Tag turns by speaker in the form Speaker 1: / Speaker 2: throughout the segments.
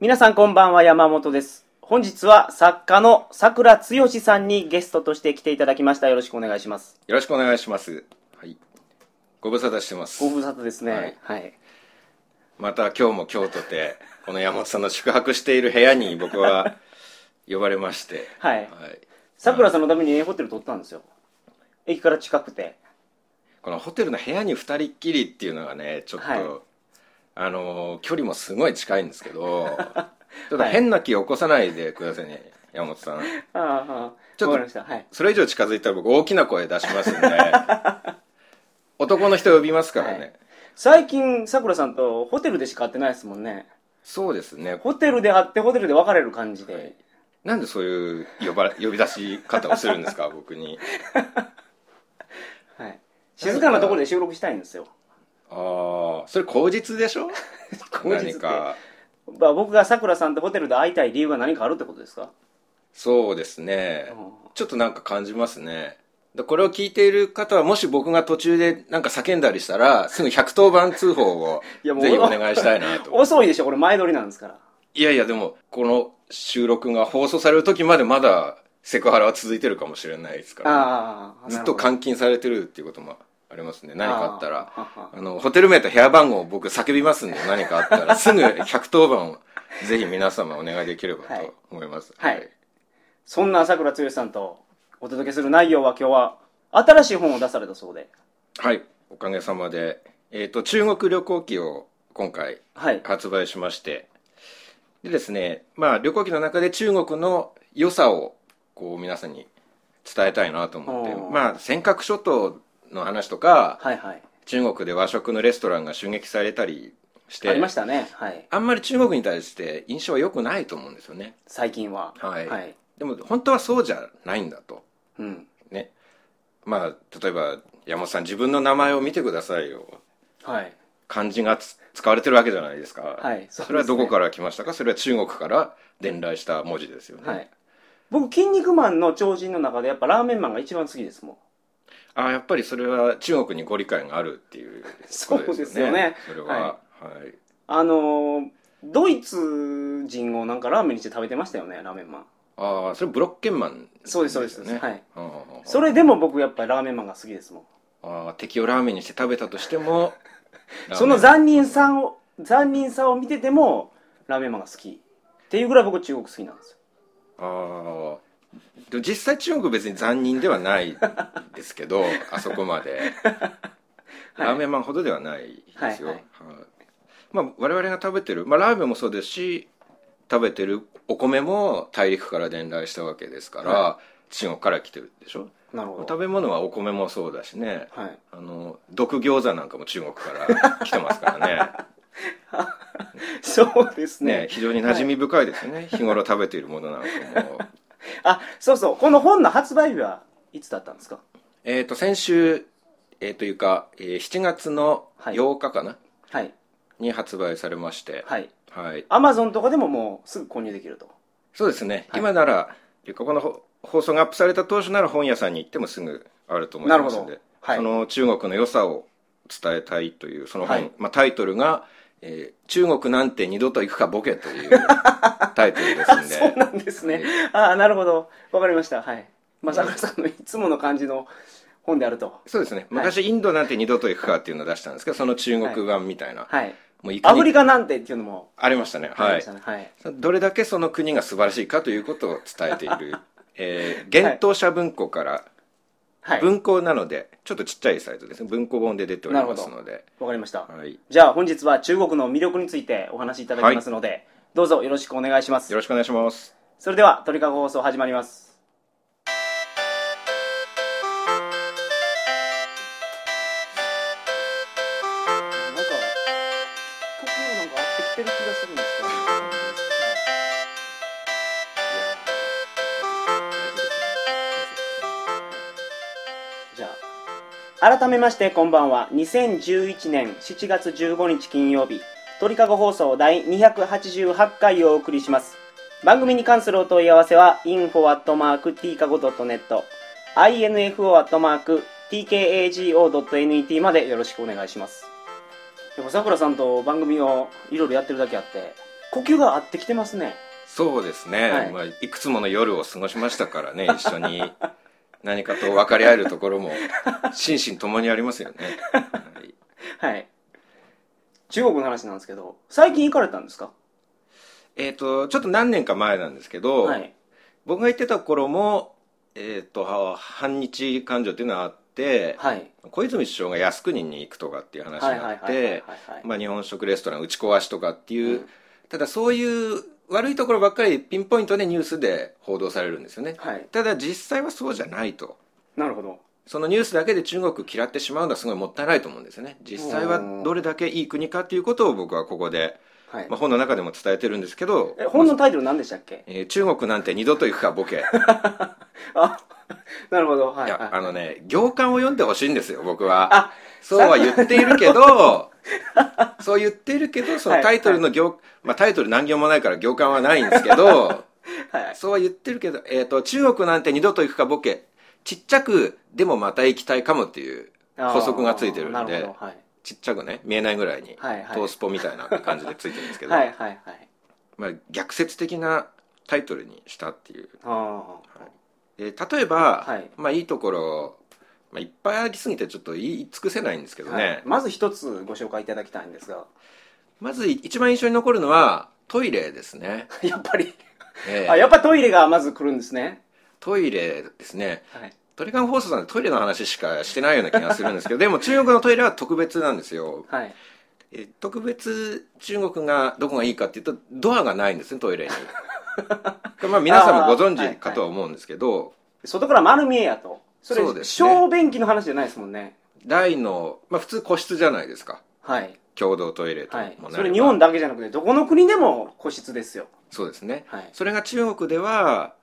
Speaker 1: 皆さんこんばんは山本です本日は作家のさくらつよしさんにゲストとして来ていただきましたよろしくお願いします
Speaker 2: よろしくお願いします。はい。ご無沙汰してます
Speaker 1: ご。無沙汰ですねはい、
Speaker 2: また今日も今日とて、この山本さんの宿泊している部屋に僕 は呼ばれまして。
Speaker 1: はいさくらさんのためにねホテル取ったんですよ駅から近くて
Speaker 2: このホテルの部屋に二人っきりっていうのがね、ちょっと、
Speaker 1: はい
Speaker 2: あのー、距離もすごい近いんですけ ど、ちょっと変な気を起こさないでくださいね、山本さん。
Speaker 1: ああああ
Speaker 2: ちょっと
Speaker 1: わかりましたはい
Speaker 2: それ以上近づいたら僕大きな声出します んで、男の人呼びますからね。
Speaker 1: はい最近さくらさんとホテルでしか会ってないですもんね
Speaker 2: そうですね。
Speaker 1: ホテルで会ってホテルで別れる感じで、
Speaker 2: はいなんでそういう呼ば 呼び出し方をするんですか、 僕に。
Speaker 1: はい、静かなところで収録したいんですよ、
Speaker 2: ああそれ口実でしょ
Speaker 1: 口実って
Speaker 2: 何か
Speaker 1: まあ、僕がさくらさんとホテルで会いたい理由は何かあるってことですか、
Speaker 2: そうですね
Speaker 1: うん
Speaker 2: ちょっとなんか感じますねでこれを聞いている方はもし僕が途中でなんか叫んだりしたらすぐ110番通報を
Speaker 1: いやもう
Speaker 2: ぜひお願いしたい なと
Speaker 1: 遅いでしょこれ前撮りなんですから
Speaker 2: いやいやでもこの収録が放送される時までまだセクハラは続いてるかもしれないですから、
Speaker 1: ああ
Speaker 2: ずっと
Speaker 1: か
Speaker 2: 監禁されてるっていうこともありますね何かあったら
Speaker 1: ら
Speaker 2: あの、ホテル名と部屋番号を僕叫びますんで、何かあった ら、すぐ110番をぜひ皆様お願いできればと思います。
Speaker 1: はいそんなさくらつよしさんとお届けする内容は今日は新しい本を出されたそうで
Speaker 2: はい。おかげさまで、えっ、と、中国旅行記を今回
Speaker 1: はい
Speaker 2: 発売しまして、でですね、まあ、旅行記の中で中国の良さを、こう、皆さんに伝えたいなと思
Speaker 1: お
Speaker 2: っ
Speaker 1: ー
Speaker 2: て、まあ、尖閣諸島の話とか、
Speaker 1: はいはい
Speaker 2: 中国で和食のレストランが襲撃されたりして、
Speaker 1: ありましたねはい
Speaker 2: あんまり中国に対して印象は良くないと思うんですよね。
Speaker 1: 最近は
Speaker 2: はい
Speaker 1: はい
Speaker 2: でも本当はそうじゃないんだと。
Speaker 1: うん
Speaker 2: ね。まあ、例えば、山本さん自分の名前を見てくださいよ。
Speaker 1: はい
Speaker 2: 漢字がつ使われてるわけじゃないですか。
Speaker 1: はい
Speaker 2: それは
Speaker 1: そうですね
Speaker 2: どこから来ましたかそれは中国から伝来した文字ですよね。
Speaker 1: はい僕「筋肉マン」の超人の中でやっぱラーメンマンが一番好きですもん
Speaker 2: ああ、やっぱりそれは中国にご理解があるっていうこと
Speaker 1: そうで
Speaker 2: ですす
Speaker 1: よ
Speaker 2: よ
Speaker 1: ね
Speaker 2: ね。れは、はい。
Speaker 1: あのードイツ人をなんかラーメンにして食べてましたよねラーメンマン
Speaker 2: ああ、それブロッケンマン、
Speaker 1: そうですそうです
Speaker 2: ね。
Speaker 1: はい
Speaker 2: ああ。
Speaker 1: それでも僕やっぱりラーメンマンが好きですもん
Speaker 2: ああ、敵をラーメンにして食べたとしても、
Speaker 1: その
Speaker 2: ラーメン
Speaker 1: 残忍さを残忍さを見ててもラーメンマンが好きっていうぐらい僕中国好きなんですよ
Speaker 2: ああでも実際中国別に残忍ではないです けどあそこまで、ラーメンマンほどではないですよ、
Speaker 1: は
Speaker 2: はいいまあ、我々が食べてる、まあ、ラーメンもそうですし食べてるお米も大陸から伝来したわけですから、
Speaker 1: は
Speaker 2: 中国から来てるでしょ
Speaker 1: なるほ
Speaker 2: 食
Speaker 1: ど
Speaker 2: べ物はお米もそうだしね
Speaker 1: はい
Speaker 2: あの毒餃子なんかも中国から来てますから
Speaker 1: そうです
Speaker 2: ね
Speaker 1: ね
Speaker 2: ね非常に馴染み深いですよね、日頃食べているものなんかも
Speaker 1: あそうそうこの本の発売日はいつだったんですか
Speaker 2: えっ、と、先週、えーというか、えー7月の
Speaker 1: はい
Speaker 2: 8日かな、
Speaker 1: はい
Speaker 2: に発売されまして、
Speaker 1: はい
Speaker 2: はい。
Speaker 1: アマゾンとかでももうすぐ購入できると
Speaker 2: そうですね、
Speaker 1: はい
Speaker 2: 今なら、というかこのほ放送がアップされた当初なら本屋さんに行ってもすぐあると思います
Speaker 1: な
Speaker 2: の
Speaker 1: る
Speaker 2: で、
Speaker 1: ほどはい
Speaker 2: その中国の良さを伝えたいという、その本、
Speaker 1: はい
Speaker 2: まあ、タイトルが、えー中国なんて二度と行くかボケと いうタイトルですんで。
Speaker 1: そうなんですね。ああ、なるほど。わかりました。はい。まさかさんのいつもの感じの本であると。
Speaker 2: そうですね昔、インドなんて二度と行くかっていうのを出したんですけどその中国版みたいな、
Speaker 1: はい。
Speaker 2: もう行くに
Speaker 1: アフリカなんてっていうのも
Speaker 2: ありましたね
Speaker 1: あり
Speaker 2: は
Speaker 1: ま
Speaker 2: い
Speaker 1: したね。はい。
Speaker 2: どれだけその国が素晴らしいかということを伝えてい る、えー、幻冬舎文庫から、
Speaker 1: はい。
Speaker 2: 文庫なのでちょっとちっちゃいサイズですね文庫本で出ておりますので、
Speaker 1: わかりました。
Speaker 2: はい、よ
Speaker 1: じゃあ本日は中国の魅力についてお話しいただきますので、どうぞよろしくお願いします。
Speaker 2: ろしくお願いします
Speaker 1: それでは、鳥かご放送始まります。なんか、時もなんか合ってきてる気がするんですけど。じゃあ改めましてこんばんは2011年7月15日金曜日鳥かご放送第288回をお送りします番組に関するお問い合わせは info.tkago.net info.tkago.net までよろしくお願いしますでもさくらさんと番組をいろいろやってるだけあって呼吸が合ってきてますね
Speaker 2: そうですね、
Speaker 1: はい
Speaker 2: いまあ、いくつもの夜を過ごしましたからね一緒 に何かと分かり合えるところも心身ともにありますよね、はい
Speaker 1: はい中国の話なんですけど最近行かれたんですか
Speaker 2: えっ、とちょっと何年か前なんですけど、
Speaker 1: はい
Speaker 2: 僕が行ってた頃も、えっとは反日感情っていうのはあって、
Speaker 1: はい
Speaker 2: 小泉首相が靖国に行くとかっていう話に
Speaker 1: はいは
Speaker 2: ないっ
Speaker 1: はいはい
Speaker 2: て
Speaker 1: はい
Speaker 2: まあ日本食レストラン打ち壊しとかっていう、
Speaker 1: うん
Speaker 2: ただそういう悪いところばっかりピンポイントでニュースで報道されるんですよね、
Speaker 1: はい
Speaker 2: ただ実際はそうじゃないと
Speaker 1: なるほど
Speaker 2: そのニュースだけで中国嫌ってしまうのはすごいもったいないと思うんですよね実際はどれだけいい国かっていうことを僕はここで、
Speaker 1: はい
Speaker 2: まあ、本の中でも伝えてるんですけど
Speaker 1: え本のタイトル何でしたっけ
Speaker 2: えー中国なんて二度と行くかボケ
Speaker 1: あなるほどはいい
Speaker 2: や、
Speaker 1: はい
Speaker 2: あのね、行間を読んでほしいんですよ、僕は。
Speaker 1: あ
Speaker 2: そうは言っているけど、そう言っているけど、そ
Speaker 1: は
Speaker 2: の
Speaker 1: い
Speaker 2: タイトルの行、まあタイトル何行もないから行間はないんですけど、
Speaker 1: はい
Speaker 2: そうは言ってるけど、えっ、と、中国なんて二度と行くかボケ、ちっちゃく、でもまた行きたいかもっていう
Speaker 1: あー
Speaker 2: 補足がついてるん
Speaker 1: な
Speaker 2: で
Speaker 1: るほどはい
Speaker 2: ちっちゃくね、見えないぐらいに、
Speaker 1: はいはい
Speaker 2: トースポみたいな感じでついてるんですけど、
Speaker 1: はいはいはい
Speaker 2: まあ逆説的なタイトルにしたっていう。
Speaker 1: あ
Speaker 2: で例えば、
Speaker 1: はい
Speaker 2: まあいいところ、まあ、いっぱいありすぎてちょっと言い尽くせないんですけ
Speaker 1: ー
Speaker 2: どね、
Speaker 1: はいまず一つご紹介いただきたいんですが
Speaker 2: まず一番印象に残るのはトイレですね、
Speaker 1: やっぱり
Speaker 2: ええ
Speaker 1: あやっぱトイレがまず来るんですね
Speaker 2: トイレですね
Speaker 1: はい
Speaker 2: トリガン放送さんでトイレの話しかしてないような気がするんですけどでも中国のトイレは特別なんですよ
Speaker 1: はい
Speaker 2: え特別中国がどこがいいかっていうとドアがないんですねトイ レにまあ皆さんもご存知かとは思うんですけど、
Speaker 1: 外から丸見えやとそれ
Speaker 2: そうですね
Speaker 1: 小便器の話じゃないですもんね
Speaker 2: 台の、まあ、普通個室じゃないですか
Speaker 1: はい
Speaker 2: 共同トイレとも
Speaker 1: は
Speaker 2: なれ
Speaker 1: い
Speaker 2: ば、
Speaker 1: それ日本だけじゃなくてどこの国でも個室ですよ
Speaker 2: そうですね、
Speaker 1: はい
Speaker 2: それが中国では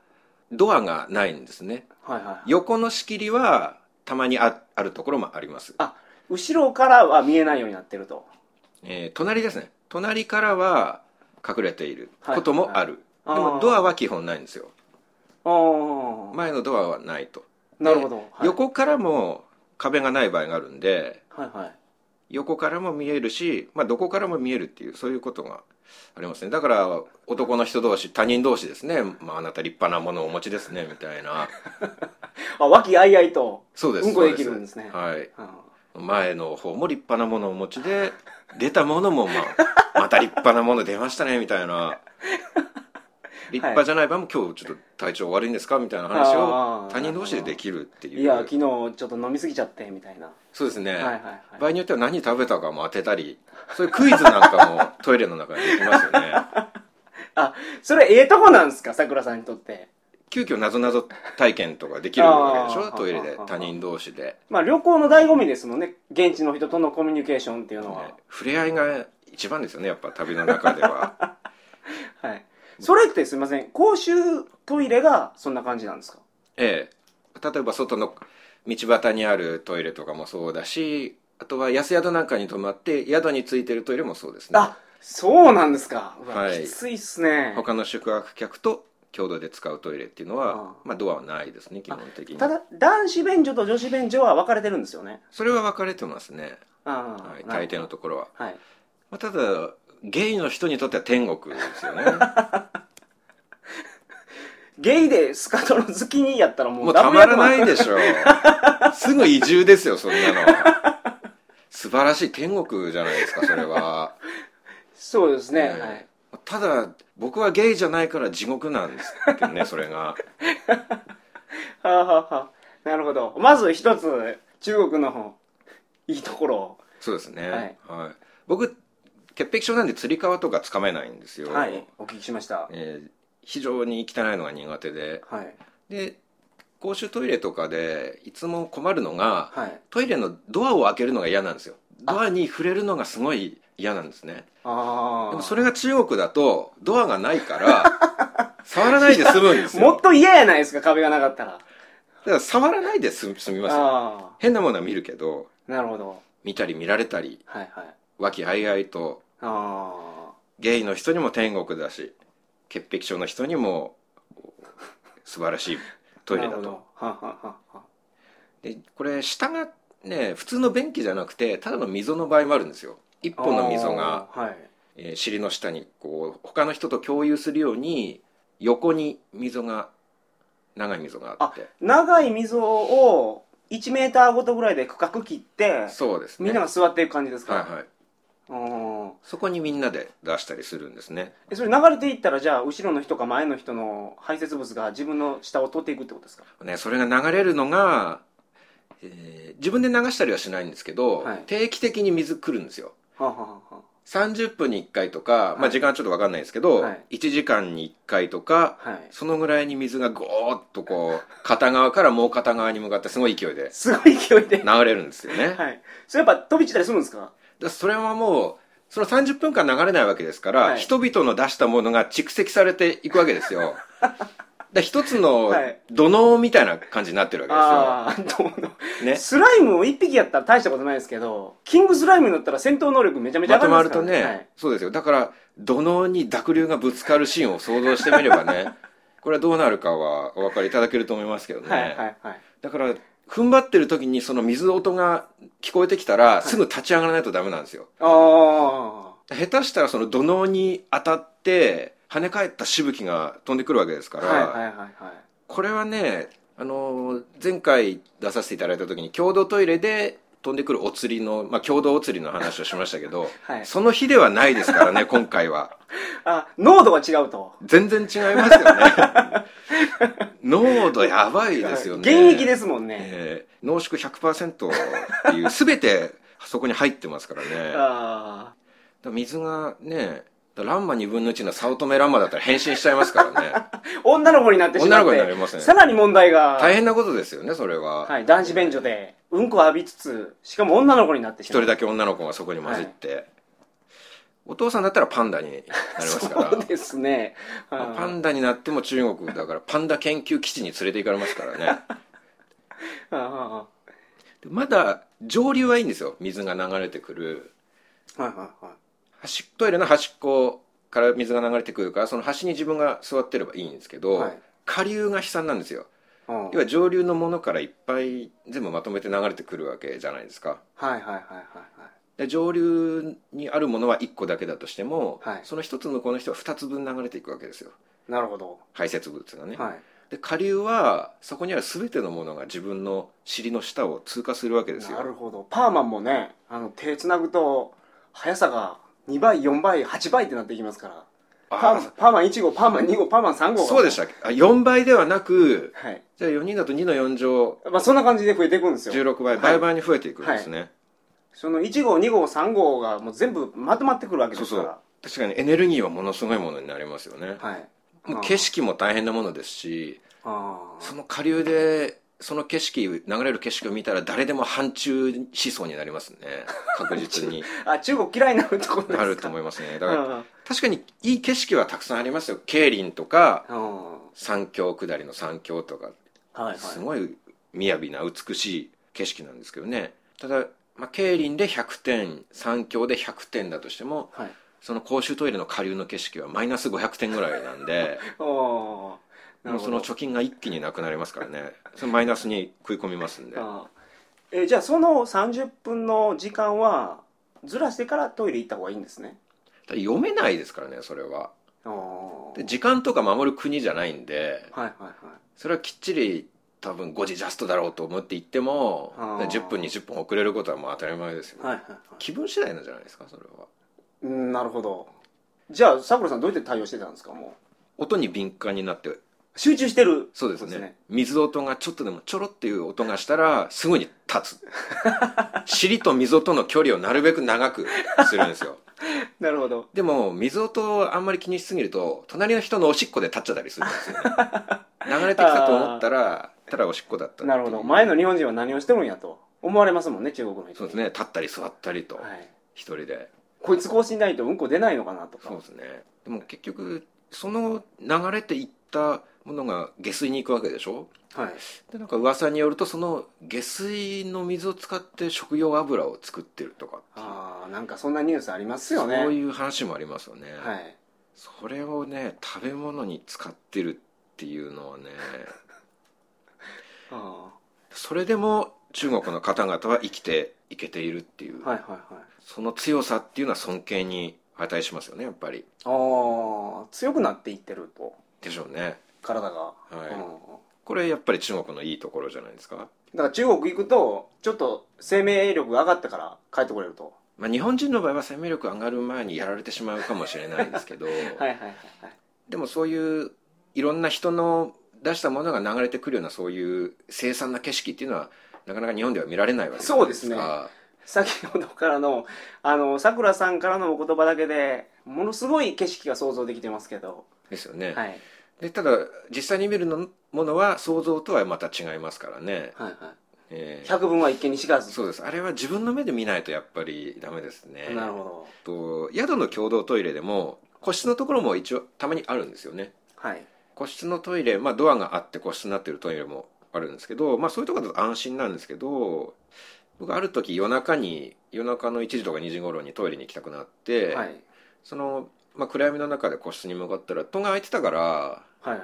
Speaker 2: ドアがないんですね
Speaker 1: はいはい
Speaker 2: 横の仕切りはたまにああるところもあります、
Speaker 1: あ後ろからは見えないようになってると
Speaker 2: えー隣ですね隣からは隠れている
Speaker 1: はい
Speaker 2: こともある、
Speaker 1: はい
Speaker 2: で
Speaker 1: あ
Speaker 2: も
Speaker 1: ー
Speaker 2: ドアは基本ないんですよ
Speaker 1: ああ、
Speaker 2: 前のドアはないと、
Speaker 1: なるほど、はい、
Speaker 2: 横からも壁がない場合があるんで
Speaker 1: はいはい
Speaker 2: 横からも見えるし、まあ、どこからも見えるっていうそういうことがありますねだから男の人同士他人同士ですね、まあ、あなた立派なものをお持ちですねみたいな
Speaker 1: あ和気あいあいと
Speaker 2: そうです
Speaker 1: うんこできるんですね
Speaker 2: そうはい
Speaker 1: あ
Speaker 2: 前の方も立派なものをお持ちで出たものも、まあ、 また立派なもの出ましたねみたいな立派じゃない場合も今日ちょっと体調悪いんですかみたいな話
Speaker 1: あ
Speaker 2: を
Speaker 1: ー
Speaker 2: 他人同士でできるっていう
Speaker 1: いや昨日ちょっと飲みすぎちゃってみたいな、
Speaker 2: そうですね、
Speaker 1: はいはいはい
Speaker 2: 場合によっては何食べたかも当てたりそういうクイズなんかもトイレの中にできますよね
Speaker 1: あそれええとこなんですかさくらさんにとって
Speaker 2: 急遽なぞなぞ体験とかできるわけでし
Speaker 1: あ
Speaker 2: ょ
Speaker 1: ー
Speaker 2: トイレで他人同士で、
Speaker 1: まあ旅行の醍醐味ですもんね現地の人とのコミュニケーションっていうのは、
Speaker 2: ね触れ合いが一番ですよねやっぱ旅の中では。
Speaker 1: はいそれってすみません公衆トイレがそんな感じなんですか
Speaker 2: ええ、例えば外の道端にあるトイレとかもそうだしあとは安宿なんかに泊まって宿についてるトイレもそうですね
Speaker 1: あそうなんですかうわ、
Speaker 2: はい
Speaker 1: きついっすね
Speaker 2: 他の宿泊客と共同で使うトイレっていうのは
Speaker 1: ああ
Speaker 2: まあ、ドアはないですね基本的に
Speaker 1: ただ男子便所と女子便所は分かれてるんですよね
Speaker 2: それは分かれてますね、
Speaker 1: ああ、
Speaker 2: はい、大抵のところは、
Speaker 1: はい
Speaker 2: まあ、ただゲイの人にとっては天国ですよね
Speaker 1: ゲイでスカトロ好きにやったら も
Speaker 2: も
Speaker 1: う
Speaker 2: うたまら
Speaker 1: ダメやと思
Speaker 2: ないでしょう すぐ移住ですよそんなの素晴らしい天国じゃないですかそれは
Speaker 1: そうですね、
Speaker 2: ええ
Speaker 1: はい、
Speaker 2: ただ僕はゲイじゃないから地獄なんですけど ねそれが
Speaker 1: はあ、はあはあ、なるほどまず一つ中国のいいところを
Speaker 2: そうですね、
Speaker 1: は
Speaker 2: はいい僕潔癖症なんでつり革とかつかめないんですよ、
Speaker 1: はいお聞きしました
Speaker 2: えー非常に汚いのが苦手で
Speaker 1: はい
Speaker 2: で公衆トイレとかでいつも困るのが、
Speaker 1: はい
Speaker 2: トイレのドアを開けるのが嫌なんですよドアに触れるのがすごい嫌なんですね
Speaker 1: ああ
Speaker 2: でもそれが中国だとドアがないから 触らないで済むんですよ
Speaker 1: もっと嫌やないですか壁がなかったら
Speaker 2: だから触らないで済済みますよ
Speaker 1: あ
Speaker 2: 変なものは見るけど
Speaker 1: あなるほど
Speaker 2: 見たり見られたり
Speaker 1: はいはい
Speaker 2: 和気あいあいと
Speaker 1: あ
Speaker 2: ゲイの人にも天国だし潔癖症の人にも素晴らしい
Speaker 1: あ
Speaker 2: トイレだ
Speaker 1: なるほど
Speaker 2: と
Speaker 1: はあはあはあは
Speaker 2: でこれ下がね普通の便器じゃなくてただの溝の場合もあるんですよ一
Speaker 1: あ
Speaker 2: 本の溝が
Speaker 1: ああはい
Speaker 2: えー尻の下にこう他の人と共有するように横に溝が長い溝があって
Speaker 1: 長い溝を1メーターごとぐらいで区画切って、
Speaker 2: そうですね
Speaker 1: みんなが座っていく感じですか、
Speaker 2: はいはい
Speaker 1: うん
Speaker 2: そこにみんなで出したりするんですね
Speaker 1: えそれ流れていったらじゃあ後ろの人か前の人の排泄物が自分の下を通っていくってことですか
Speaker 2: ね、それが流れるのが、えー自分で流したりはしないんですけど、
Speaker 1: はい
Speaker 2: 定期的に水来るんですよ
Speaker 1: はあ、はあは
Speaker 2: 30分に1回とか、
Speaker 1: は
Speaker 2: まあ、
Speaker 1: い
Speaker 2: 時間はちょっと分かんないですけど、
Speaker 1: はい
Speaker 2: 1時間に1回とか
Speaker 1: あ、はい
Speaker 2: そのぐらいに水がゴーッとこう片側からもう片側に向かってすごい勢いです
Speaker 1: ごい勢いで
Speaker 2: 流れるんですよね、だか
Speaker 1: はいそれやっぱ飛び散ったりするんですから
Speaker 2: それはもうその30分間流れないわけですから、
Speaker 1: はい
Speaker 2: 人々の出したものが蓄積されていくわけで すよで一つの
Speaker 1: はい
Speaker 2: 土のうみたいな感じになってるわけですよ、
Speaker 1: ああどうも
Speaker 2: ね
Speaker 1: スライムを1匹やったら大したことないですけどキングスライムになったら戦闘能力めちゃめちゃ
Speaker 2: ま
Speaker 1: 上が
Speaker 2: と
Speaker 1: りま
Speaker 2: まする
Speaker 1: か
Speaker 2: と
Speaker 1: ら
Speaker 2: ね、そうですよだから土のうに濁流がぶつかるシーンを想像してみれ ばねこれはどうなるかはお分かりいただけると思いますけどね、
Speaker 1: はいはいはいはい
Speaker 2: だから踏ん張ってる時にその水音が聞こえてきたらすぐ立ち上がらないとダメなんですよ、
Speaker 1: あ
Speaker 2: 下手したらその土のうに当たって跳ね返ったしぶきが飛んでくるわけですか
Speaker 1: あ
Speaker 2: ら、
Speaker 1: はいはいはいはい
Speaker 2: これはねあのー前回出させていただいた時に共同トイレで飛んでくるお釣りの、まあ、共同お釣りの話をしましたけど、
Speaker 1: はい
Speaker 2: その日ではないですか らね今回は
Speaker 1: あ濃度が違うと
Speaker 2: 全然違いますよね 濃度やばいですよね
Speaker 1: 現役ですもんね、
Speaker 2: えー濃縮100%っていう全てそこに入ってますからねだか
Speaker 1: あ
Speaker 2: ら水がねランマ2分の1の早乙女ランマだったら変身しちゃいますから ね
Speaker 1: あ女の子になってしまって
Speaker 2: 女の子になりますね
Speaker 1: さらに問題が
Speaker 2: 大変なことですよねそれは、
Speaker 1: はい、男子便所でうんこを浴びつつしかも女の子になってし
Speaker 2: 一
Speaker 1: まう
Speaker 2: 人だけ女の子がそこに混じって、お父さんだったらパンダになりますから
Speaker 1: そうですね、
Speaker 2: まあパ
Speaker 1: あ
Speaker 2: ンダになっても中国だからパンダ研究基地に連れて行かれますからね
Speaker 1: あは
Speaker 2: でまだ上流はいいんですよ水が流れてくる
Speaker 1: いはいは
Speaker 2: 端っトイレの端っこから水が流れてくるからその端に自分が座ってればいいんですけど、
Speaker 1: はい
Speaker 2: 下流が悲惨なんですよ
Speaker 1: いうん
Speaker 2: 要は上流のものからいっぱい全部まとめて流れてくるわけじゃないですか
Speaker 1: はいはいはいはい
Speaker 2: で上流にあるものは1個だけだとしても、
Speaker 1: はい
Speaker 2: その1つ向こうの人は2つ分流れていくわけですよ
Speaker 1: なるほど、
Speaker 2: 排泄物がね、
Speaker 1: は
Speaker 2: で下流はそこにある全てのものが自分の尻の下を通過するわけ
Speaker 1: い、
Speaker 2: ですよ
Speaker 1: なるほどパーマンもねあの手つなぐと速さが2倍4倍8倍ってなっていきますからパ
Speaker 2: あ
Speaker 1: ーパーマン1号パーマン2号パーマン3
Speaker 2: ー
Speaker 1: 号
Speaker 2: そうでしたっけあ4倍ではなく
Speaker 1: たはい、
Speaker 2: じゃあ4人だと2の4乗
Speaker 1: まあ、そんな感じで増えていくんですよ
Speaker 2: 16
Speaker 1: い
Speaker 2: 倍倍々に増えていくんですね、
Speaker 1: その1号2号3号がもう全部まとまってくるわけですから
Speaker 2: 確かにエネルギーはものすごいものになりますよね、
Speaker 1: はい
Speaker 2: もう景色も大変なものですし
Speaker 1: あー
Speaker 2: その下流でその景色流れる景色を見たら誰でも反中思想になりますね確実 に
Speaker 1: あ中国嫌いになるところですか
Speaker 2: なると思いますねだから
Speaker 1: うん
Speaker 2: 確かにいい景色はたくさんありますよ桂林とか
Speaker 1: うん
Speaker 2: 三峡下りの三峡とか
Speaker 1: はいはい、
Speaker 2: すごい雅な美しい景色なんですけどねただ、まあ、桂林で100点三峡で100点だとしても
Speaker 1: はい、
Speaker 2: その公衆トイレの下流の景色はマイナス500点ぐらいなんで
Speaker 1: おー なる
Speaker 2: もう
Speaker 1: ほ
Speaker 2: そ
Speaker 1: ど
Speaker 2: の貯金が一気になくなりますからねそのマイナスに食い込みますんで
Speaker 1: あーえじゃあその30分の時間はずらしてからトイレ行った方がいいんですね
Speaker 2: ただ読めないですからねそれは
Speaker 1: おー
Speaker 2: で時間とか守る国じゃないんで
Speaker 1: はいはいはい
Speaker 2: それはきっちり多分5時ジャストだろうと思って行っても
Speaker 1: あー
Speaker 2: 10分20分遅れることはもう当たり前ですよ、
Speaker 1: はいはいは
Speaker 2: 気分次第なんじゃないですかそれはい
Speaker 1: うんなるほどじゃあさくらさんどうやって対応してたんですかも
Speaker 2: 音に敏感になって
Speaker 1: う集中してる
Speaker 2: そうですね水音がちょっとでもちょろっていう音がしたらすぐに立つ 尻と水音の距離をなるべく長くするんですよ
Speaker 1: なるほど
Speaker 2: でも水音をあんまり気にしすぎると隣の人のおしっこで立っちゃったりするんです よね流れてきたと思ったらただおしっこだったっていう
Speaker 1: なるほど前の日本人は何をしてるんやと思われますもんね中国の人に
Speaker 2: そうですね立ったり座ったりと
Speaker 1: はい、
Speaker 2: 一人で
Speaker 1: こいつ更新ないとうんこ出ないのかなとか
Speaker 2: そうですねでも結局その流れていったものが下水に行くわけでしょ
Speaker 1: はい
Speaker 2: でなんか噂によるとその下水の水を使って食用油を作ってるとかっていう
Speaker 1: ああなんかそんなニュースありますよね
Speaker 2: そういう話もありますよね、
Speaker 1: はい
Speaker 2: それをね食べ物に使ってるっていうのはね
Speaker 1: あ
Speaker 2: それでも中国の方々は生きていけているってい
Speaker 1: ー
Speaker 2: う、
Speaker 1: はいはいはい
Speaker 2: その強さっていうのは尊敬に敗退しますよねやっぱり
Speaker 1: ああ強くなっていってると
Speaker 2: でしょうね
Speaker 1: 体が、は
Speaker 2: はい
Speaker 1: うん
Speaker 2: これやっぱり中国のいいところじゃないですか、
Speaker 1: だから中国行くとちょっと生命力が上がってから帰ってこれると
Speaker 2: まあ、日本人の場合は生命力上がる前にやられてしまうかもしれないですけど、
Speaker 1: はいはいはいはい
Speaker 2: でもそういういろんな人の出したものが流れてくるようなそういう凄惨な景色っていうのはなかなか日本では見られないわけじゃないか
Speaker 1: そう先ほどからのあのさくらさんからのお言葉だけでものすごい景色が想像できてますけど、
Speaker 2: ですよね、
Speaker 1: はい、はい
Speaker 2: でただ実際に見るのものは想像とはまた違いますからね、
Speaker 1: はい
Speaker 2: えー
Speaker 1: 百分は一見にしかず
Speaker 2: そうですあれは自分の目で見ないとやっぱりダメですね
Speaker 1: なるほど
Speaker 2: と宿の共同トイレでも個室のところも一応たまにあるんですよね
Speaker 1: はい
Speaker 2: 個室のトイレ、まあ、ドアがあって個室になってるトイレもあるんですけど、まあ、そういうところだと安心なんですけど僕ある時夜中に夜中の1時とか2時頃にトイレに行きたくなって、
Speaker 1: はい
Speaker 2: その、まあ、暗闇の中で個室に向かったら戸が開いてたから
Speaker 1: はいはい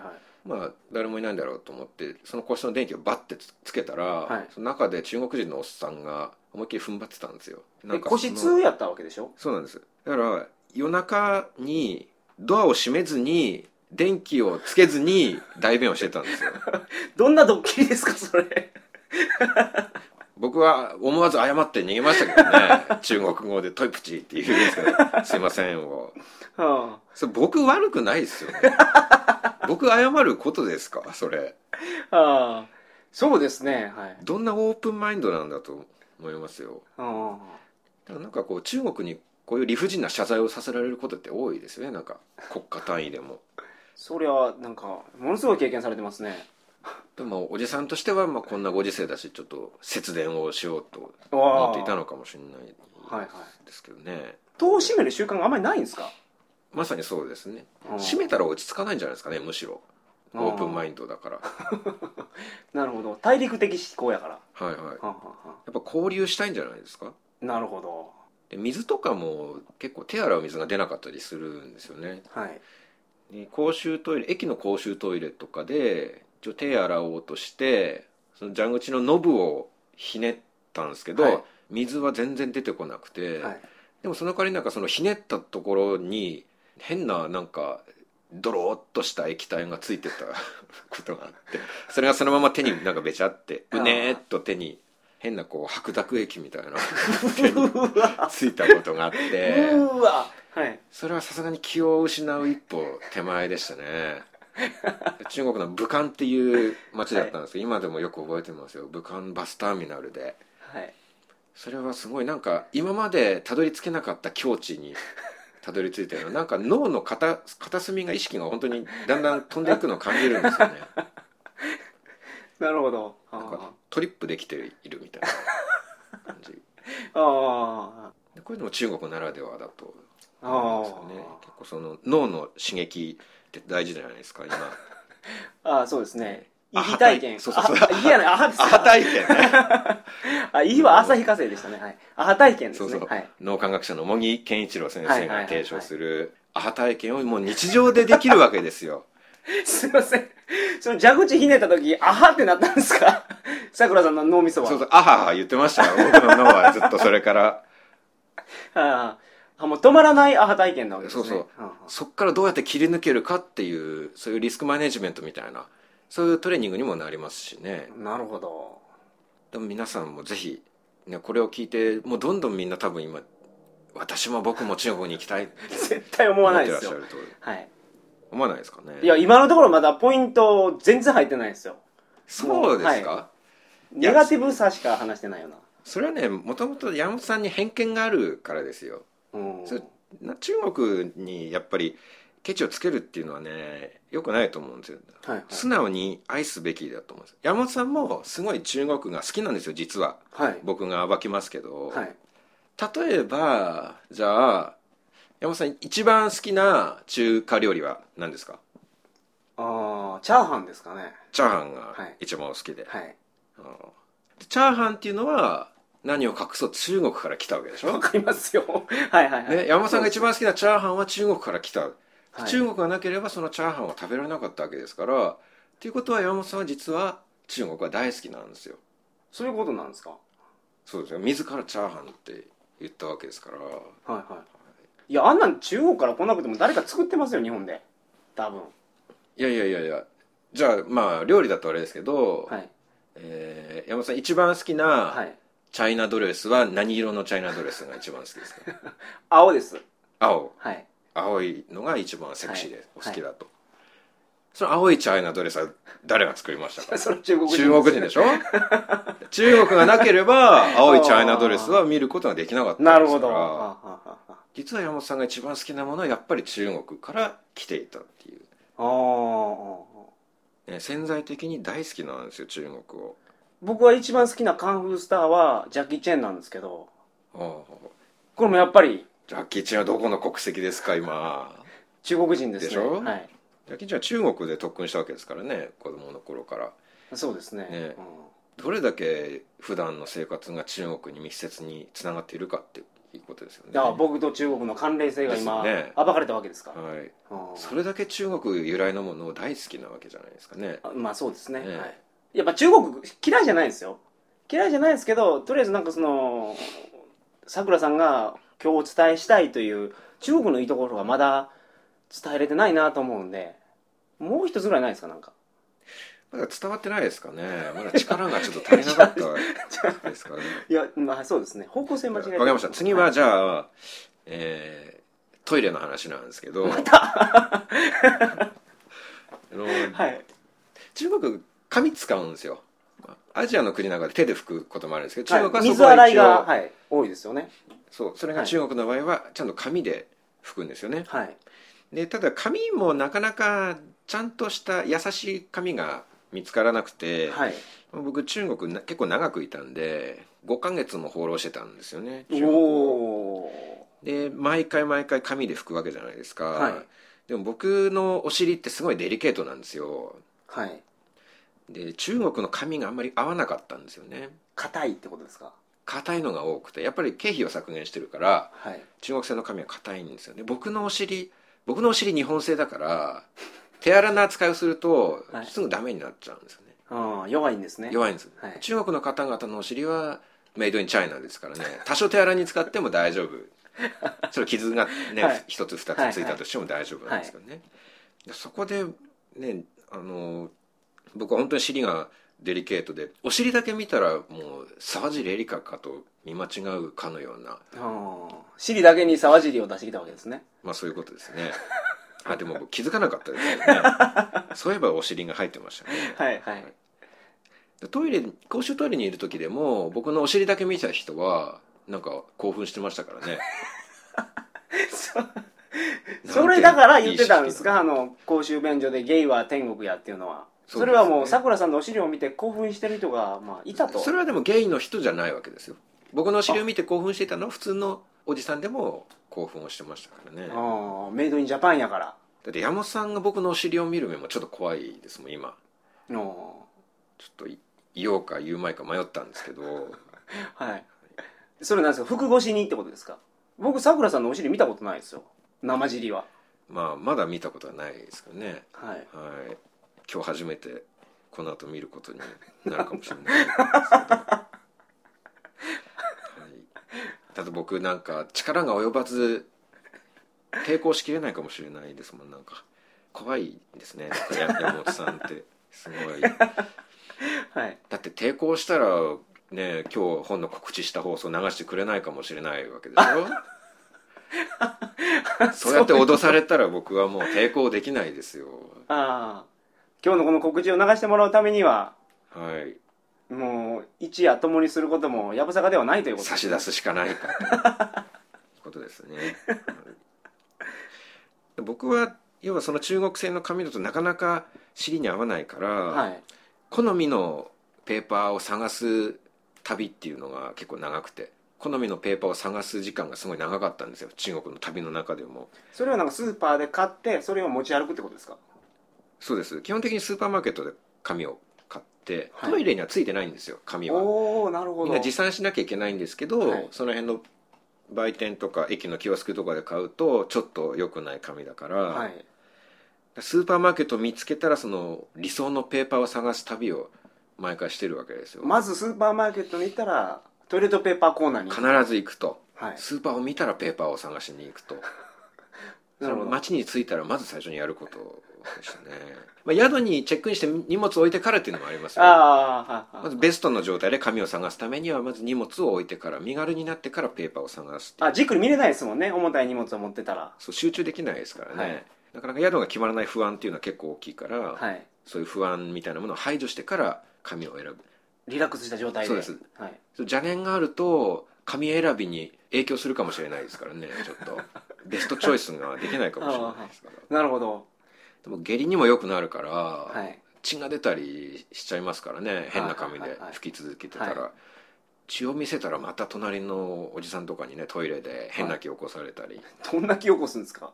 Speaker 2: まあ誰もいないんだろうと思ってその個室の電気をバッてつつけたら、
Speaker 1: はい
Speaker 2: その中で中国人のおっさんが思いっきり踏ん張ってたんですよな
Speaker 1: え
Speaker 2: んか
Speaker 1: 個
Speaker 2: その
Speaker 1: 室やったわけでしょ
Speaker 2: そうなんですだから夜中にドアを閉めずに電気をつけずに代弁をしてたんですよ
Speaker 1: どんなドッキリですかそれ
Speaker 2: 僕は思わず謝って逃げましたけどね中国語で「トイプチ」って言うんですけど「すいません」を
Speaker 1: うん
Speaker 2: それ僕悪くないですよね僕謝ることですかそれ
Speaker 1: ああそうですねはい
Speaker 2: どんなオープンマインドなんだと思いますよ
Speaker 1: うん
Speaker 2: ただなんかこう中国にこういう理不尽な謝罪をさせられることって多いですよねなんか国家単位でも
Speaker 1: そりゃなんかものすごい経験されてますね
Speaker 2: でもおじさんとしてはまあこんなご時世だしちょっと節電をしようと思
Speaker 1: わ
Speaker 2: っていた
Speaker 1: の
Speaker 2: のかもしれない
Speaker 1: はいはい
Speaker 2: ですけどね
Speaker 1: 戸を閉める習慣があんまりないんですか
Speaker 2: まさにそうですね閉めたら落ち着かないんじゃないですかねむしろオープンマ
Speaker 1: イ
Speaker 2: インドだから
Speaker 1: なるほど大陸的思考やからは
Speaker 2: はいはい
Speaker 1: あはあは
Speaker 2: やっぱ交流したいんじゃないですか
Speaker 1: あなるほど
Speaker 2: で水とかも結構手洗う水が出なかったりするんですよね
Speaker 1: はい
Speaker 2: で公衆トイレ駅の公衆トイレとかで一応手洗おうとしてその蛇口のノブをひねったんですけど、
Speaker 1: はい
Speaker 2: 水は全然出てこなくて、
Speaker 1: はい
Speaker 2: でもその代わりなんかそのひねったところに変ななんかドローっとした液体がついてたことがあってそれがそのまま手になんかべちゃって
Speaker 1: あー
Speaker 2: うねーっと手に変なこう白濁液みたいな
Speaker 1: うわ
Speaker 2: ついたことがあっ
Speaker 1: う
Speaker 2: て
Speaker 1: ーわはい
Speaker 2: それはさすがに気を失う一歩手前でしたね中国の武漢っていう町だったんですけど、今でもよく覚えてますよ武漢バスターミナルで
Speaker 1: はい
Speaker 2: それはすごいなんか今までたどり着けなかった境地にたどり着いたような なんか脳の片片隅が意識が本当にだんだん飛んでいくのを感じるんですよね
Speaker 1: なるほど あ
Speaker 2: なん
Speaker 1: ー
Speaker 2: かトリップできているみたいな感じ
Speaker 1: あ
Speaker 2: でこういうのも中国ならではだと
Speaker 1: ーあ
Speaker 2: 思うんですよね
Speaker 1: ー
Speaker 2: 結構その脳の刺激って大事じゃないですか今
Speaker 1: あーそうですね
Speaker 2: ア
Speaker 1: 入り
Speaker 2: ハ体
Speaker 1: 体
Speaker 2: 験
Speaker 1: 験
Speaker 2: そうそうそう
Speaker 1: あいいやないアハです
Speaker 2: アハ体験ね
Speaker 1: あいいは朝日課生でしたねはいアハ体験です
Speaker 2: そう
Speaker 1: ね
Speaker 2: そう
Speaker 1: はい
Speaker 2: 脳科学者の茂木健一郎先
Speaker 1: はい
Speaker 2: 生
Speaker 1: はいはいは
Speaker 2: が
Speaker 1: い
Speaker 2: 提唱するアハ体験をもう日常でできるわけで すよ
Speaker 1: すいません。その蛇口ひねった時、あはってなったんですかさくらさんの脳みそは。
Speaker 2: そうそうアハハ言ってましたよ僕の脳はずっとそれから
Speaker 1: ああ、もう止まらないアハ体験なわけですね。
Speaker 2: そう
Speaker 1: そうん。
Speaker 2: そこからどうやって切り抜けるかっていうそういうリスクマネジメントみたいなそういうトレーニングにもなりますしね
Speaker 1: なるほど。
Speaker 2: でも皆さんもぜひ、ね、これを聞いてもうどんどんみんな多分今私も僕も中国に行きたいって
Speaker 1: 絶対思
Speaker 2: 思
Speaker 1: わ
Speaker 2: っ
Speaker 1: な
Speaker 2: て
Speaker 1: い
Speaker 2: ら
Speaker 1: で
Speaker 2: っ
Speaker 1: す
Speaker 2: しゃ
Speaker 1: よ
Speaker 2: る。と
Speaker 1: はい。
Speaker 2: 思わないですかね
Speaker 1: いや、今のところまだポイント全然入ってないですよ。
Speaker 2: そうですか、いや
Speaker 1: ネガティブさしか話してないよな。
Speaker 2: それはねもともと山本さんに偏見があるからですよ
Speaker 1: うん。
Speaker 2: そな中国にやっぱりケチをつけるっていうのはねよくないと思うんですよ
Speaker 1: はいはい。
Speaker 2: 素直に愛すべきだと思うんです山本さんもすごい中国が好きなんですよ実は
Speaker 1: はい。
Speaker 2: 僕が暴きますけど、
Speaker 1: はい。
Speaker 2: 例えばじゃあ山本さん一番好きな中華料理は何ですか
Speaker 1: ああ、チャーハンですかね。
Speaker 2: チャーハンが
Speaker 1: はい
Speaker 2: 一番お好きで、
Speaker 1: はい。
Speaker 2: あのでチャーハンっていうのは何を隠そう中国から来たわけでしょ
Speaker 1: わ、かりますよ。はいはいはい。
Speaker 2: ね、山本さんが一番好きなチャーハンは中国から来た、
Speaker 1: はい
Speaker 2: 中国がなければそのチャーハンは食べられなかったわけですからということは山本さんは実は中国が大好きなんですよ
Speaker 1: そういうことなんですか
Speaker 2: そうですよ自らチャーハンって言ったわけですから
Speaker 1: はいはい。いやあんなん中国から来なくても誰か作ってますよ日本で多分
Speaker 2: いやいやいやいやじゃあまあ料理だとあれですけど、
Speaker 1: はい
Speaker 2: えー山本さん一番好き
Speaker 1: は
Speaker 2: ないチャイナドレスは何色のチャイナドレスが一番好きです か
Speaker 1: 青です
Speaker 2: 青
Speaker 1: はい
Speaker 2: 青いのが一番セクシーで、
Speaker 1: はい
Speaker 2: お好きだと、その青いチャイナドレスは誰が作りました か
Speaker 1: それ中国人
Speaker 2: 中国人でしょ 中国がなければ青いチャイナドレスは見ることができなかったんですか
Speaker 1: な
Speaker 2: ら
Speaker 1: るほどはあはあはあ
Speaker 2: 実は山本さんが一番好きなものはやっぱり中国から来ていたっていう、
Speaker 1: あー
Speaker 2: ね潜在的に大好きなんですよ中国を
Speaker 1: 僕は一番好きなカンフースターはジャッキー・チェンなんですけど
Speaker 2: ああ
Speaker 1: これもやっぱり
Speaker 2: ジャッキー・チェンはどこの国籍ですか今
Speaker 1: 中国人ですね
Speaker 2: でしょ
Speaker 1: はい
Speaker 2: ジャッキー・チェンは中国で特訓したわけですからね子供の頃から
Speaker 1: そうですね
Speaker 2: ね
Speaker 1: うん
Speaker 2: どれだけ普段の生活が中国に密接につながっているかっていうことですよね
Speaker 1: だから僕と中国の関連性が今、
Speaker 2: ですよね
Speaker 1: 暴かれたわけですから、
Speaker 2: はい、
Speaker 1: うん
Speaker 2: それだけ中国由来のものを大好きなわけじゃないですかね
Speaker 1: あまあそうですね、
Speaker 2: ええ
Speaker 1: はい、やっぱ中国嫌いじゃないですよ嫌いじゃないですけどとりあえずなんかそのさくらさんが今日お伝えしたいという中国のいいところがまだ伝えれてないなと思うんでもう一つぐらいないですかなんか
Speaker 2: まだ伝わってないですかねまだ力がちょっと足りなかったですかね
Speaker 1: いやまあそうですね方向 性間
Speaker 2: わ
Speaker 1: 違
Speaker 2: か
Speaker 1: え
Speaker 2: り
Speaker 1: て
Speaker 2: ました次はじゃあ、えートイレの話なんですけど あの
Speaker 1: はい
Speaker 2: 中国紙使うんですよアジアの国なんかで手で拭くこともあるんですけど
Speaker 1: はい
Speaker 2: 中国はそ
Speaker 1: 水
Speaker 2: こ
Speaker 1: 洗
Speaker 2: はい一応、
Speaker 1: が、はい、多いですよね
Speaker 2: そうそれが中国の場合はちゃんと紙で拭くんですよね、
Speaker 1: はい
Speaker 2: でただ紙もなかなかちゃんとした優しい紙が見つからなくて、
Speaker 1: はい
Speaker 2: 僕中国な結構長くいたんで5ヶ月も放浪してたんですよね中
Speaker 1: お
Speaker 2: 国を
Speaker 1: お
Speaker 2: で毎回毎回紙で拭くわけじゃないですか、
Speaker 1: はい
Speaker 2: でも僕のお尻ってすごいデリケートなんですよ
Speaker 1: ーはい
Speaker 2: で中国の紙があんまり合わなかったんですよね
Speaker 1: 硬いってことですか
Speaker 2: 硬いのが多くてやっぱり経費を削減してるから
Speaker 1: はい
Speaker 2: 中国製の紙は硬いんですよね僕のお尻僕のお尻日本製だから手荒な扱いをすると
Speaker 1: はい
Speaker 2: すぐダメになっちゃうんですよね、
Speaker 1: ああ弱いんですね
Speaker 2: 弱いんです、
Speaker 1: はい
Speaker 2: 中国の方々のお尻はメイドインチャイナですからね多少手荒に使っても 大丈夫それ傷がね、
Speaker 1: はい
Speaker 2: 一つ二つついたとしても大丈夫なんですけどね、でそこでねあの僕は本当に尻がデリケートでお尻だけ見たらもう沢尻エリカかと見間違うかのような
Speaker 1: ああ尻だけに沢尻を出してきたわけですね
Speaker 2: まあそういうことで すね。あでも僕気づかなかったですよね。そういえばお尻が入ってましたね。
Speaker 1: はいはい
Speaker 2: でトイレ公衆トイレにいる時でも僕のお尻だけ見た人はなんか興奮してましたからね。
Speaker 1: そ
Speaker 2: て
Speaker 1: それだから言ってたんですかあの公衆便所でゲイは天国やっていうのはそ,、
Speaker 2: そうですね
Speaker 1: れはもうさくらさんのお尻を見て興奮してる人が、まあ、いたと
Speaker 2: それはでもゲイの人じゃないわけですよ。僕のお尻を見て興奮していたのは普通のおじさんでも興奮をしてましたからね。だ
Speaker 1: ああメイドインジャパンやから
Speaker 2: って山本さんが僕のお尻を見る目もちょっと怖いですもん今。
Speaker 1: の
Speaker 2: ちょっとい言おうか言うまいか迷ったんですけど。
Speaker 1: はいそれなんですか服越しにってことですか僕さくらさんのお尻見たことないですよ生尻は
Speaker 2: まあまだ見たことはないですけどね。
Speaker 1: はい
Speaker 2: はい、今日初めてこの後見ることになるかもしれないですけど、はい、だって僕なんか力が及ばず抵抗しきれないかもしれないですもんなんか怖いですねなんかや山本さんってすごいだ
Speaker 1: はい
Speaker 2: って抵抗したらね今日本の告知した放送流してくれないかもしれないわけでしょそうやって脅されたら僕はもう抵抗できないですよ
Speaker 1: ああ今日のこの告知を流してもらうためには
Speaker 2: はい
Speaker 1: もう一夜共にすることもやぶさかではないということ
Speaker 2: 差
Speaker 1: です
Speaker 2: し出すし かないかとことですね。はい僕は要はその中国製の紙だとなかなか尻に合わないから、
Speaker 1: はい
Speaker 2: 好みのペーパーを探す旅っていうのが結構長くて好みのペーパーを探す時間がすごい長かったんですよ中国の旅の中でも
Speaker 1: それはなんかスーパーで買ってそれを持ち歩くってことですか
Speaker 2: そうです基本的にスーパーマーケットで紙を買って、
Speaker 1: はい
Speaker 2: トイレにはついてないんですよ紙は
Speaker 1: おおなるほ
Speaker 2: み
Speaker 1: ど
Speaker 2: んな持参しなきゃいけないんですけど、
Speaker 1: はい
Speaker 2: その辺の売店とか駅のキオスクとかで買うとちょっと良くない紙だから、
Speaker 1: はい
Speaker 2: スーパーマーケットを見つけたらその理想のペーパーを探す旅を毎回してるわけですよ、
Speaker 1: まずスーパーマーケットに行ったらトイレットペーパーコーナーに
Speaker 2: 必ず行くと
Speaker 1: はい
Speaker 2: スーパーを見たらペーパーを探しに行くと
Speaker 1: な
Speaker 2: そ
Speaker 1: るほ
Speaker 2: の
Speaker 1: ど
Speaker 2: 街に着いたらまず最初にやることでしたね、 まあ、宿にチェックインして荷物置いてからっていうのもありますよ
Speaker 1: ああーはい
Speaker 2: ま
Speaker 1: はい
Speaker 2: ずベストの状態で紙を探すためにはまず荷物を置いてから身軽になってからペーパーを探すっていう
Speaker 1: あじっくり見れないですもんね重たい荷物を持ってたら
Speaker 2: そう集中できないですからね、
Speaker 1: はい
Speaker 2: なかなか宿が決まらない不安っていうのは結構大きいから、
Speaker 1: はい
Speaker 2: そういう不安みたいなものを排除してから紙を選ぶ
Speaker 1: リラックスした状態で
Speaker 2: そうです
Speaker 1: はい、
Speaker 2: そう邪念があると紙選びに影響するかもしれないです からねちょっとベストチョイスができないかもしれないですから
Speaker 1: なるほど
Speaker 2: でも下痢にも良くなるから、
Speaker 1: はい
Speaker 2: 血が出たりしちゃいますからね変な紙
Speaker 1: はいは
Speaker 2: で
Speaker 1: いはい
Speaker 2: 拭き続けてたら、
Speaker 1: は
Speaker 2: 血を見せたらまた隣のおじさんとかにねトイレで変な気を起こされたり、
Speaker 1: どんな気を起こすんですか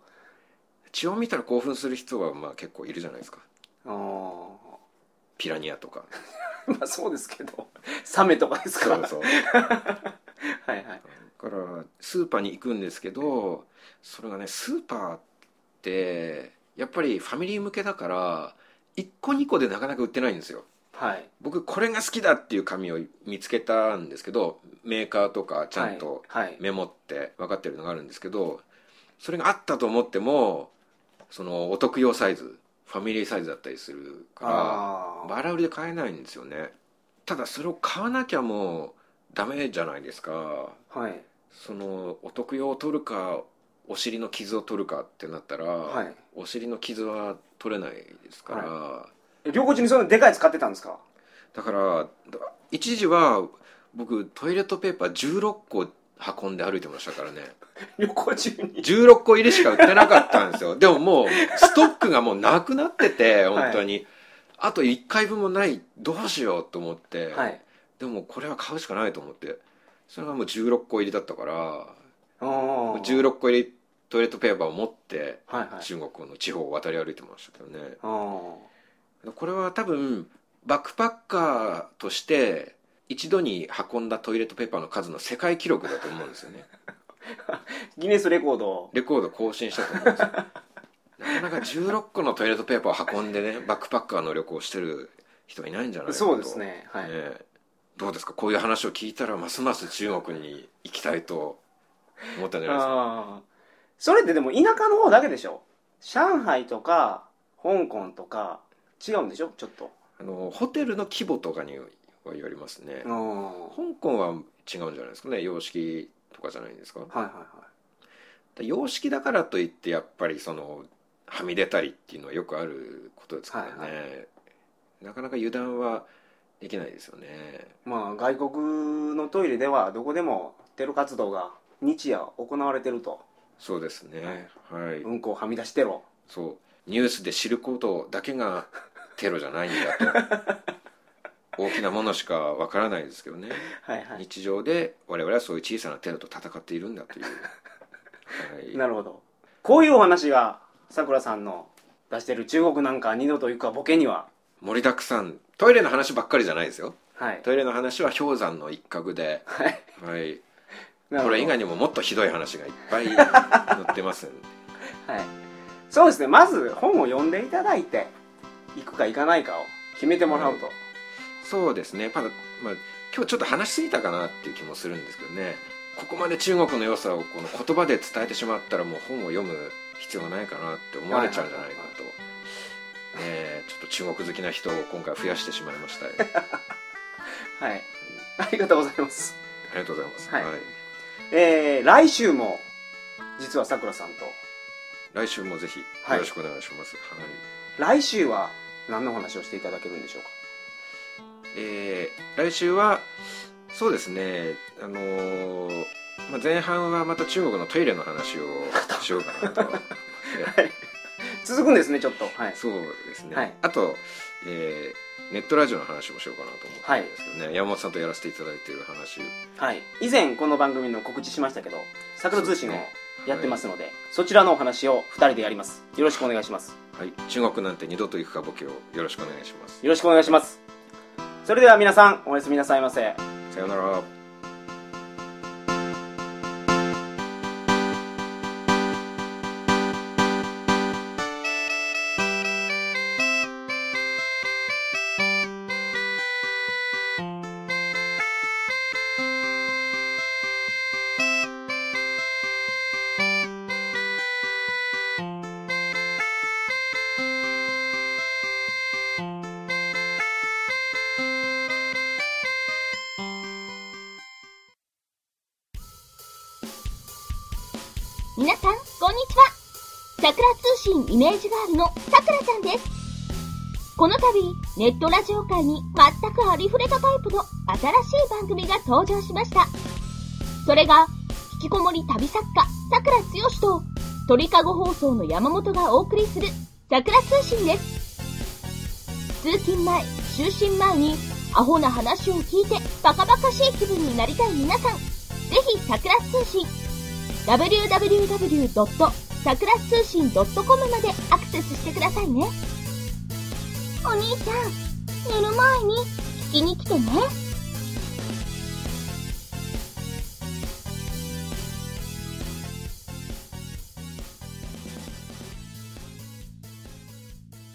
Speaker 2: 血を見たら興奮する人はまあ結構いるじゃないですか
Speaker 1: ああ
Speaker 2: ピラニアとか
Speaker 1: まあそうですけどサメとかですか
Speaker 2: そうそう
Speaker 1: はいはい
Speaker 2: だからスーパーに行くんですけどそれがねスーパーってやっぱりファミリー向けだから1個2個でなかなか売ってないんですよ
Speaker 1: はい
Speaker 2: 僕これが好きだっていう紙を見つけたんですけどメーカーとかちゃんと
Speaker 1: はい、はい
Speaker 2: メモって分かってるのがあるんですけどそれがあったと思ってもそのお得用サイズファミリーサイズだったりするか
Speaker 1: あー
Speaker 2: らバラ売りで買えないんですよねただそれを買わなきゃもうダメじゃないですか
Speaker 1: はい
Speaker 2: そのお得用を取るかお尻の傷を取るかってなったら、
Speaker 1: はい
Speaker 2: お尻の傷は取れないですから、
Speaker 1: え旅行中にそんなでかいやつ買ってたんですか
Speaker 2: だから一時は僕トイレットペーパー16個運んで歩いてましたからね
Speaker 1: 旅行中に
Speaker 2: 16個入りしか売ってなかったんです よでももうストックがもうなくなってて本当に、あと1回分もないどうしようと思って、
Speaker 1: はい
Speaker 2: でもこれは買うしかないと思ってそれがもう16個入りだったから
Speaker 1: ああ
Speaker 2: 16個入りトイレットペーパーを持って
Speaker 1: はいはい
Speaker 2: 中国の地方を渡り歩いてましたけどね
Speaker 1: あー
Speaker 2: これは多分バックパッカーとして一度に運んだトイレットペーパーの数の世界記録だと思うんですよ ね
Speaker 1: ギネスレコード
Speaker 2: レコード更新したと思うんですよなかなか16個のトイレットペーパーを運んでねバックパッカーの旅行をしてる人はいないんじゃないかと
Speaker 1: そうですねはい、
Speaker 2: ええどうですかこういう話を聞いたらますます中国に行きたいと思ったんじゃないですか
Speaker 1: ああそれってでも田舎の方だけでしょ上海とか香港とか違うんでしょちょっと
Speaker 2: あのホテルの規模とかにはよりますね
Speaker 1: ああ
Speaker 2: 香港は違うんじゃないですかね様式とかじゃないんですか
Speaker 1: はいはいは
Speaker 2: 様式だからといってやっぱりそのはみ出たりっていうのはよくあることですからね、
Speaker 1: はい
Speaker 2: なかなか油断はできないですよね
Speaker 1: いまあ外国のトイレではどこでもテロ活動が日夜行われてると
Speaker 2: そうですねはい、
Speaker 1: うんこをはみ出してろ
Speaker 2: そうニュースで知ることだけがテロじゃないんだ と大きなものしかわからないですけどね
Speaker 1: はいはい
Speaker 2: 日常で我々はそういう小さなテロと戦っているんだという、はい、
Speaker 1: なるほどこういうお話がさくらさんの出してる中国なんか二度と行くかボケには
Speaker 2: 盛りだくさんトイレの話ばっかりじゃないですよ
Speaker 1: はい
Speaker 2: トイレの話は氷山の一角で
Speaker 1: はい
Speaker 2: はい
Speaker 1: なるほ
Speaker 2: こ
Speaker 1: ど
Speaker 2: れ以外にももっとひどい話がいっぱい載ってますん で
Speaker 1: はい、そうですねまず本を読んでいただいて行くか行かないかを決めてもらうと、
Speaker 2: そうですねただ、まあ、今日ちょっと話しすぎたかなっていう気もするんですけどねここまで中国の良さをこの言葉で伝えてしまったらもう本を読む必要がないかなって思われちゃうんじゃないかと、ねえちょっと中国好きな人を今回増やしてしまいましたよあ
Speaker 1: はい ありがとうございます
Speaker 2: りがとうございます、
Speaker 1: はい
Speaker 2: はい
Speaker 1: えー、来週も実はさくらさんと
Speaker 2: 来週もぜひよろしくお願いします、はい
Speaker 1: 来週は何のお話をしていただけるんでしょうか
Speaker 2: えー来週はそうですねあのーまあ、前半はまた中国のトイレの話をしようかなと え
Speaker 1: 続くんですねちょっとはい
Speaker 2: そうですね、
Speaker 1: はい
Speaker 2: あと、えーネットラジオの話もしようかなと思ってるんですけどね、山本さんとやらせていただいている話、
Speaker 1: はい、以前この番組の告知しましたけど「桜通信」をやってますすのでそちらのお話を2人でやりますよろしくお願いします
Speaker 2: はいはい中国なんて二度と行くかボケをよろしくお願いします
Speaker 1: よろしくお願いしますそれでは皆さんおやすみなさいませ
Speaker 2: さようなら
Speaker 3: 皆さんこんにちはさくら通信イメージガールのさくらちゃんですこの度ネットラジオ界に全くありふれたタイプの新しい番組が登場しましたそれが引きこもり旅作家さくらつよしと鳥かご放送の山本がお送りするさくら通信です通勤前就寝前にアホな話を聞いてバカバカしい気分になりたい皆さんぜひさくら通信 www. さくら通信 .com までアクセスしてくださいねお兄ちゃん寝る前に聞きに来てね